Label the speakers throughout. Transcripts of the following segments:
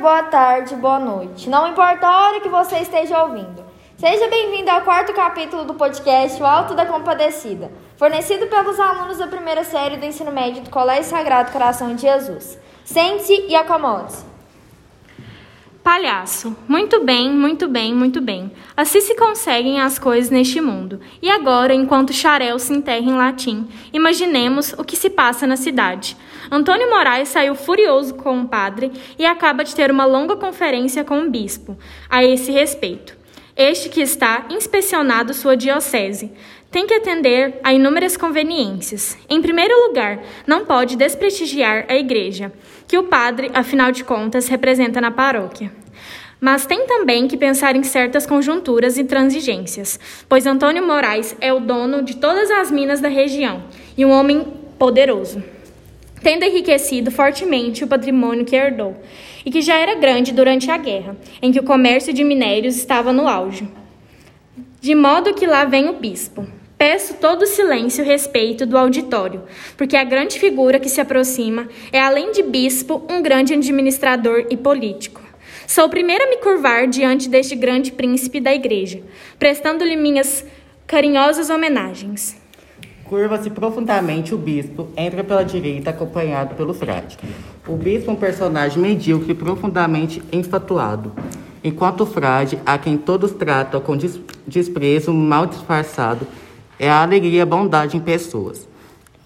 Speaker 1: boa tarde, boa noite. Não importa a hora que você esteja ouvindo. Seja bem-vindo ao quarto capítulo do podcast O Alto da Compadecida, fornecido pelos alunos da primeira série do ensino médio do Colégio Sagrado Coração de Jesus. Sente-se e acomode-se.
Speaker 2: Palhaço, muito bem, muito bem, muito bem. Assim se conseguem as coisas neste mundo. E agora, enquanto Xarel se enterra em latim, imaginemos o que se passa na cidade. Antônio Moraes saiu furioso com o padre e acaba de ter uma longa conferência com o bispo a esse respeito. Este que está inspecionado sua diocese. Tem que atender a inúmeras conveniências. Em primeiro lugar, não pode desprestigiar a igreja, que o padre, afinal de contas, representa na paróquia. Mas tem também que pensar em certas conjunturas e transigências, pois Antônio Moraes é o dono de todas as minas da região e um homem poderoso tendo enriquecido fortemente o patrimônio que herdou, e que já era grande durante a guerra, em que o comércio de minérios estava no auge. De modo que lá vem o bispo. Peço todo o silêncio e respeito do auditório, porque a grande figura que se aproxima é, além de bispo, um grande administrador e político. Sou o primeiro a me curvar diante deste grande príncipe da igreja, prestando-lhe minhas carinhosas homenagens.
Speaker 3: Curva-se profundamente o bispo, entra pela direita acompanhado pelo frade. O bispo é um personagem medíocre profundamente enfatuado, enquanto o frade, a quem todos tratam com des desprezo mal disfarçado, é a alegria e a bondade em pessoas.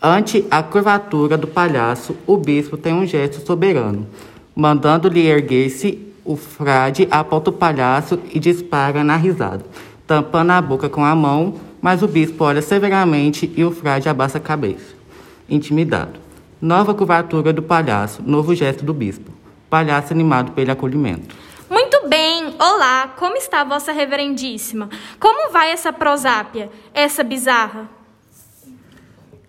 Speaker 3: Ante a curvatura do palhaço, o bispo tem um gesto soberano, mandando-lhe erguer-se, o frade aponta o palhaço e dispara na risada, tampando a boca com a mão, mas o bispo olha severamente e o frade abaixa a cabeça, intimidado. Nova curvatura do palhaço, novo gesto do bispo. Palhaço animado pelo acolhimento.
Speaker 2: Muito bem, olá, como está vossa reverendíssima? Como vai essa prosápia, essa bizarra?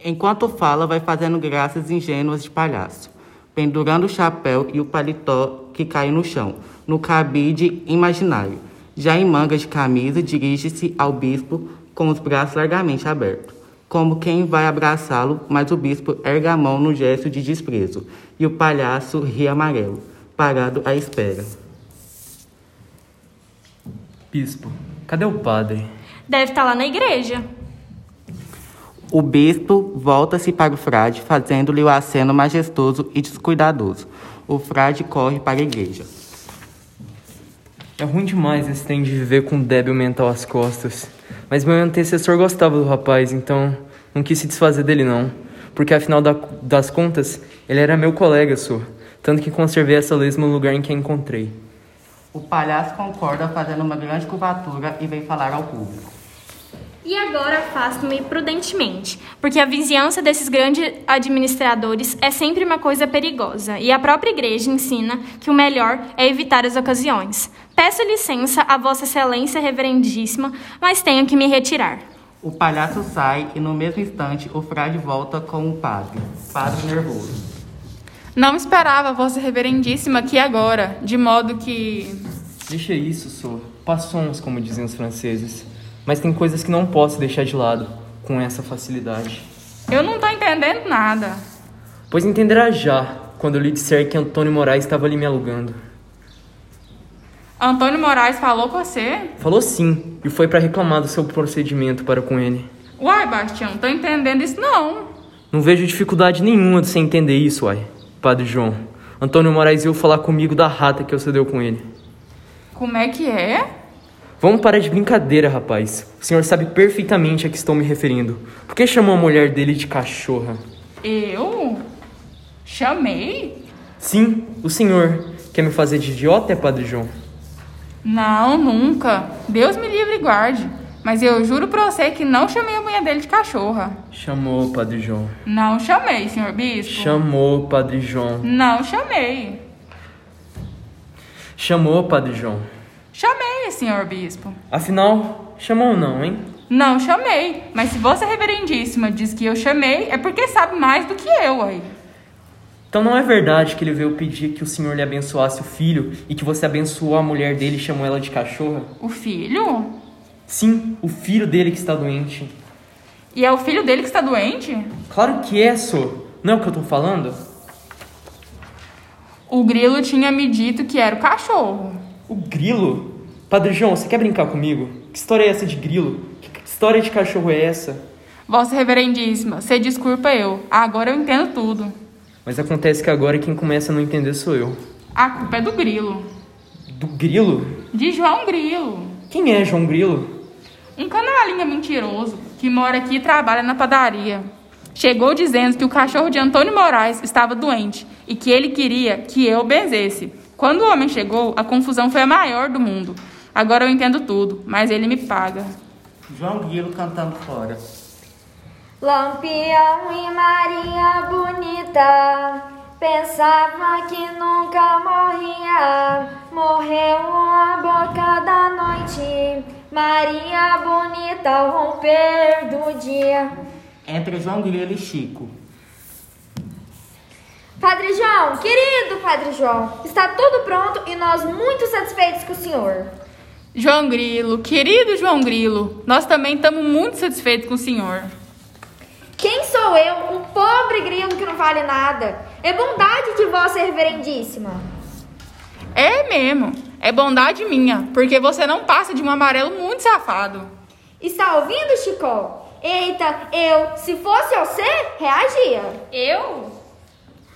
Speaker 3: Enquanto fala, vai fazendo graças ingênuas de palhaço, pendurando o chapéu e o paletó que cai no chão, no cabide imaginário. Já em mangas de camisa, dirige-se ao bispo com os braços largamente abertos, como quem vai abraçá-lo, mas o bispo erga a mão no gesto de desprezo, e o palhaço ri amarelo, parado à espera.
Speaker 4: Bispo, cadê o padre?
Speaker 2: Deve estar lá na igreja.
Speaker 3: O bispo volta-se para o frade, fazendo-lhe o aceno majestoso e descuidadoso. O frade corre para a igreja.
Speaker 4: É ruim demais esse tem de viver com um débil mental às costas. Mas meu antecessor gostava do rapaz, então não quis se desfazer dele não. Porque afinal da, das contas, ele era meu colega, sua. Tanto que conservei essa lesma no lugar em que a encontrei.
Speaker 3: O palhaço concorda fazendo uma grande curvatura e vem falar ao público.
Speaker 2: E agora afasto-me prudentemente, porque a vizinhança desses grandes administradores é sempre uma coisa perigosa, e a própria igreja ensina que o melhor é evitar as ocasiões. Peço licença a Vossa Excelência Reverendíssima, mas tenho que me retirar.
Speaker 3: O palhaço sai e no mesmo instante o frade volta com o padre, padre nervoso.
Speaker 5: Não esperava Vossa Reverendíssima aqui agora, de modo que.
Speaker 4: Deixa isso, sou. Passons, como dizem os franceses mas tem coisas que não posso deixar de lado com essa facilidade.
Speaker 5: Eu não tô entendendo nada.
Speaker 4: Pois entenderá já quando eu lhe disser que Antônio Moraes estava ali me alugando.
Speaker 5: Antônio Moraes falou com você?
Speaker 4: Falou sim, e foi para reclamar do seu procedimento para com ele.
Speaker 5: Uai, Bastião, tô entendendo isso não.
Speaker 4: Não vejo dificuldade nenhuma de você entender isso, uai. Padre João, Antônio Moraes veio falar comigo da rata que você deu com ele.
Speaker 5: Como é que é?
Speaker 4: Vamos parar de brincadeira, rapaz. O senhor sabe perfeitamente a que estou me referindo. Por que chamou a mulher dele de cachorra?
Speaker 5: Eu? Chamei?
Speaker 4: Sim, o senhor. Quer me fazer de idiota, é, Padre João?
Speaker 5: Não, nunca. Deus me livre e guarde. Mas eu juro pra você que não chamei a mulher dele de cachorra.
Speaker 4: Chamou, Padre João.
Speaker 5: Não chamei, senhor bispo.
Speaker 4: Chamou, Padre João.
Speaker 5: Não chamei.
Speaker 4: Chamou, Padre João.
Speaker 5: Chamei, senhor bispo.
Speaker 4: Afinal, chamou ou não, hein?
Speaker 5: Não chamei, mas se você é reverendíssima diz que eu chamei, é porque sabe mais do que eu aí.
Speaker 4: Então não é verdade que ele veio pedir que o senhor lhe abençoasse o filho e que você abençoou a mulher dele e chamou ela de cachorra?
Speaker 5: O filho?
Speaker 4: Sim, o filho dele que está doente.
Speaker 5: E é o filho dele que está doente?
Speaker 4: Claro que é, senhor. Não é o que eu estou falando?
Speaker 5: O grilo tinha me dito que era o cachorro.
Speaker 4: O grilo? Padre João, você quer brincar comigo? Que história é essa de grilo? Que história de cachorro é essa?
Speaker 5: Vossa Reverendíssima, se desculpa eu. Agora eu entendo tudo.
Speaker 4: Mas acontece que agora quem começa a não entender sou eu.
Speaker 5: A culpa é do grilo.
Speaker 4: Do grilo?
Speaker 5: De João Grilo.
Speaker 4: Quem é João Grilo?
Speaker 5: Um canalinha mentiroso que mora aqui e trabalha na padaria. Chegou dizendo que o cachorro de Antônio Moraes estava doente e que ele queria que eu benzesse. Quando o homem chegou, a confusão foi a maior do mundo. Agora eu entendo tudo, mas ele me paga.
Speaker 3: João Guilo cantando fora.
Speaker 1: Lampião e Maria Bonita pensava que nunca morria. Morreu a boca da noite, Maria Bonita ao romper do dia.
Speaker 3: Entre João Grilo e Chico.
Speaker 1: Padre João, querido Padre João, está tudo pronto e nós muito satisfeitos com o senhor.
Speaker 5: João Grilo, querido João Grilo, nós também estamos muito satisfeitos com o senhor.
Speaker 1: Quem sou eu, um pobre grilo que não vale nada? É bondade de vossa reverendíssima.
Speaker 5: É mesmo, é bondade minha, porque você não passa de um amarelo muito safado.
Speaker 1: Está ouvindo, Chico? Eita, eu, se fosse você, reagia.
Speaker 6: Eu?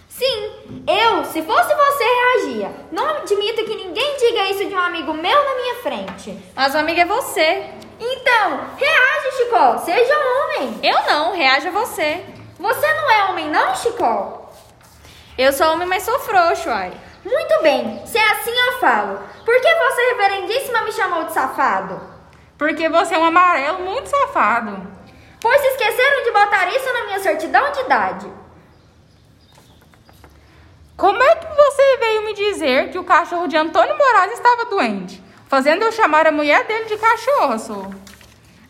Speaker 1: Sim, eu, se fosse você, reagia. Não admito que ninguém diga isso de um amigo meu na minha frente.
Speaker 6: Mas o amigo é você.
Speaker 1: Então, reage, Chico, seja um homem.
Speaker 6: Eu não, reaja você.
Speaker 1: Você não é homem, não, Chico?
Speaker 6: Eu sou homem, mas sou frouxo, ai.
Speaker 1: Muito bem, se é assim eu falo. Por que você, reverendíssima, me chamou de safado?
Speaker 5: Porque você é um amarelo muito safado.
Speaker 1: Pois esqueceram de botar isso na minha certidão de idade.
Speaker 5: Como é que você veio me dizer que o cachorro de Antônio Moraes estava doente? Fazendo eu chamar a mulher dele de cachorro, sou.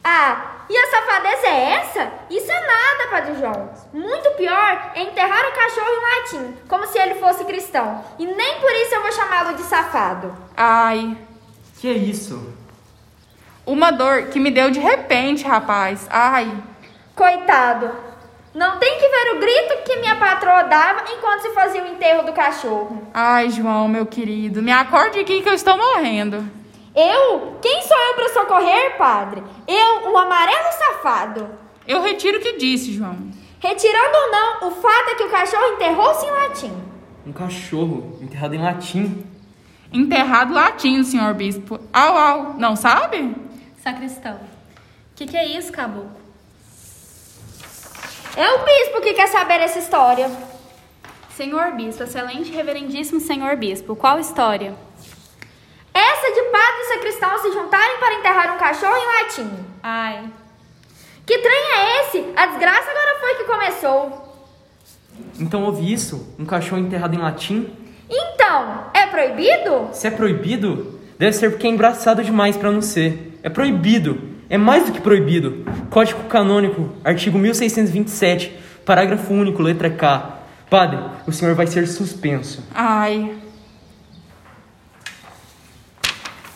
Speaker 1: Ah, e a safadeza é essa? Isso é nada, Padre João. Muito pior é enterrar o cachorro em latim, como se ele fosse cristão. E nem por isso eu vou chamá-lo de safado.
Speaker 5: Ai,
Speaker 4: Que é isso?
Speaker 5: uma dor que me deu de repente, rapaz. Ai,
Speaker 1: Coitado. Não tem que ver o grito que minha patroa dava enquanto se fazia o enterro do cachorro.
Speaker 5: ai, João, meu querido, me acorde aqui que eu estou morrendo.
Speaker 1: Eu? Quem sou eu para socorrer, padre? Eu, um amarelo safado.
Speaker 5: Eu retiro o que disse, João.
Speaker 1: Retirando ou não, o fato é que o cachorro enterrou-se em latim.
Speaker 4: Um cachorro enterrado em latim.
Speaker 5: Enterrado latino, senhor bispo. Au, au, não sabe?
Speaker 6: Sacristão. Que que é isso, caboclo?
Speaker 1: É o bispo que quer saber essa história.
Speaker 6: Senhor bispo, excelente reverendíssimo senhor bispo, qual história?
Speaker 1: Essa de padre e sacristão se juntarem para enterrar um cachorro em latim.
Speaker 6: Ai.
Speaker 1: Que trem é esse? A desgraça agora foi que começou.
Speaker 4: Então houve isso? Um cachorro enterrado em latim?
Speaker 1: Então, é proibido?
Speaker 4: Se é proibido, deve ser porque é embraçado demais pra não ser. É proibido. É mais do que proibido. Código Canônico, artigo 1627, parágrafo único, letra K. Padre, o senhor vai ser suspenso.
Speaker 5: Ai,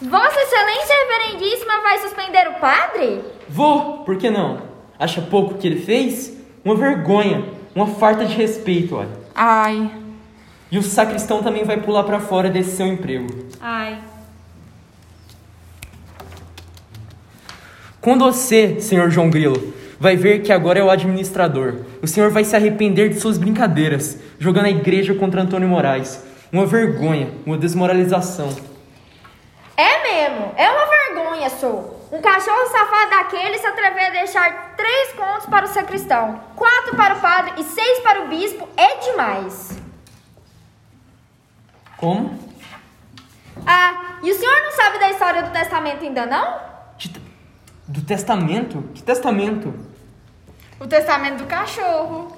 Speaker 1: Vossa Excelência Reverendíssima vai suspender o padre?
Speaker 4: Vou, por que não? Acha pouco o que ele fez? Uma vergonha, uma falta de respeito, olha.
Speaker 5: ai.
Speaker 4: E o sacristão também vai pular pra fora desse seu emprego.
Speaker 6: Ai.
Speaker 4: Quando você, senhor João Grilo, vai ver que agora é o administrador, o senhor vai se arrepender de suas brincadeiras, jogando a igreja contra Antônio Moraes. Uma vergonha, uma desmoralização.
Speaker 1: É mesmo, é uma vergonha, sou. Um cachorro safado daquele se atrever a deixar três contos para o sacristão, quatro para o padre e seis para o bispo é demais.
Speaker 4: Como?
Speaker 1: Ah, e o senhor não sabe da história do testamento ainda não?
Speaker 4: De te- Do testamento? Que testamento?
Speaker 5: O testamento do cachorro.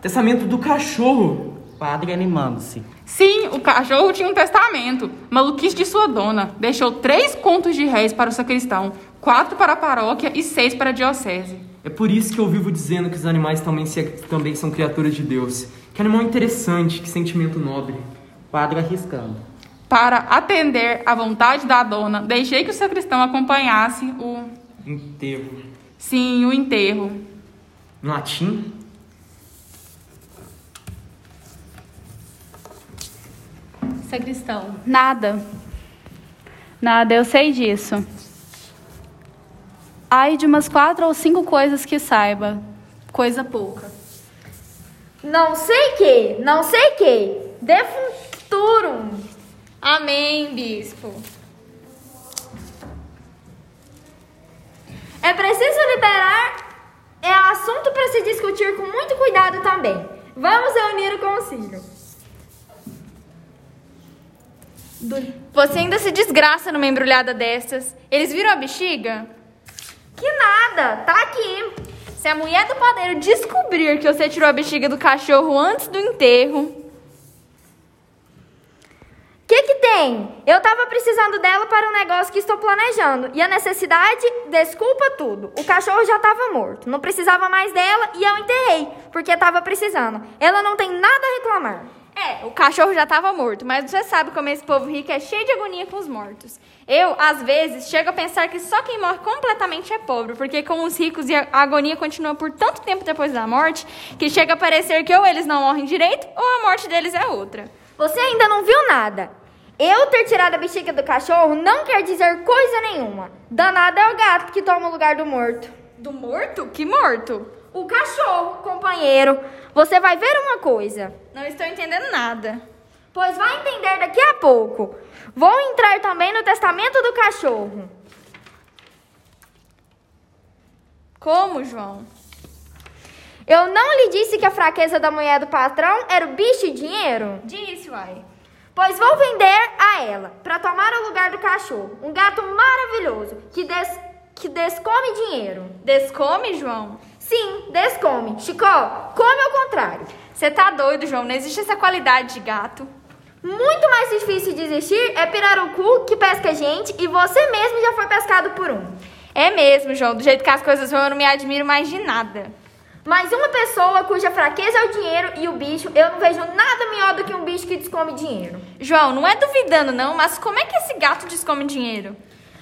Speaker 4: Testamento do cachorro.
Speaker 3: Padre animando-se.
Speaker 5: Sim, o cachorro tinha um testamento. Maluquice de sua dona. Deixou três contos de réis para o sacristão, quatro para a paróquia e seis para a diocese.
Speaker 4: É por isso que eu vivo dizendo que os animais também, se- também são criaturas de Deus. Que animal interessante, que sentimento nobre.
Speaker 3: Padre arriscando.
Speaker 5: Para atender à vontade da dona, deixei que o sacristão acompanhasse o.
Speaker 4: Enterro.
Speaker 5: Sim, o enterro.
Speaker 4: Em latim?
Speaker 6: Sacristão. Nada. Nada, eu sei disso. Ai de umas quatro ou cinco coisas que saiba. Coisa pouca.
Speaker 1: Não sei que, não sei que. Defunturum.
Speaker 2: Amém, bispo.
Speaker 1: É preciso liberar. É assunto para se discutir com muito cuidado também. Vamos reunir o concílio.
Speaker 2: Você ainda se desgraça numa embrulhada dessas. Eles viram a bexiga?
Speaker 1: Que nada, tá aqui.
Speaker 2: Se a mulher do padeiro descobrir que você tirou a bexiga do cachorro antes do enterro.
Speaker 1: Que que tem? Eu tava precisando dela para um negócio que estou planejando. E a necessidade desculpa tudo. O cachorro já tava morto. Não precisava mais dela e eu enterrei, porque tava precisando. Ela não tem nada a reclamar.
Speaker 2: É, o cachorro já tava morto, mas você sabe como esse povo rico é cheio de agonia com os mortos. Eu, às vezes, chego a pensar que só quem morre completamente é pobre, porque com os ricos e a agonia continua por tanto tempo depois da morte que chega a parecer que ou eles não morrem direito ou a morte deles é outra.
Speaker 1: Você ainda não viu nada. Eu ter tirado a bexiga do cachorro não quer dizer coisa nenhuma. Danado é o gato que toma o lugar do morto.
Speaker 2: Do morto? Que morto?
Speaker 1: O cachorro, companheiro. Você vai ver uma coisa.
Speaker 2: Não estou entendendo nada.
Speaker 1: Pois vai entender daqui a pouco. Vou entrar também no testamento do cachorro.
Speaker 2: Como, João?
Speaker 1: Eu não lhe disse que a fraqueza da mulher do patrão era o bicho e dinheiro?
Speaker 2: Disse, uai.
Speaker 1: Pois vou vender a ela, para tomar o lugar do cachorro. Um gato maravilhoso, que, des... que descome dinheiro.
Speaker 2: Descome, João?
Speaker 1: Sim, descome. Chicó, come ao contrário.
Speaker 2: Você tá doido, João. Não existe essa qualidade de gato.
Speaker 1: Muito mais difícil de existir é pirarucu que pesca gente e você mesmo já foi pescado por um.
Speaker 2: É mesmo, João. Do jeito que as coisas vão, eu não me admiro mais de nada.
Speaker 1: Mas uma pessoa cuja fraqueza é o dinheiro e o bicho, eu não vejo nada melhor do que um bicho que descome dinheiro.
Speaker 2: João, não é duvidando não, mas como é que esse gato descome dinheiro?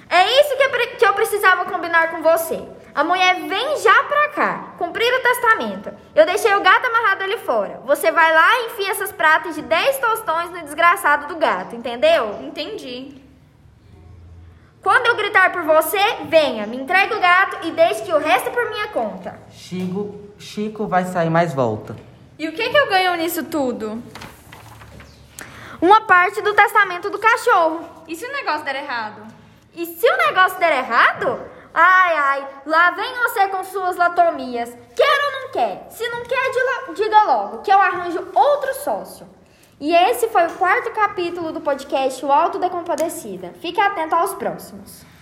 Speaker 1: É isso que eu, pre- que eu precisava combinar com você. A mulher vem já pra cá, cumprir o testamento. Eu deixei o gato amarrado ali fora. Você vai lá e enfia essas pratas de 10 tostões no desgraçado do gato, entendeu?
Speaker 2: Entendi.
Speaker 1: Quando eu gritar por você, venha, me entregue o gato e deixe que o resto é por minha conta.
Speaker 3: Chico, Chico vai sair mais volta.
Speaker 2: E o que que eu ganho nisso tudo?
Speaker 1: Uma parte do testamento do cachorro.
Speaker 2: E se o negócio der errado?
Speaker 1: E se o negócio der errado? Ai, ai, lá vem você com suas latomias. Quer ou não quer? Se não quer, dila- diga logo, que eu arranjo outro sócio. E esse foi o quarto capítulo do podcast O Alto da Compadecida. Fique atento aos próximos.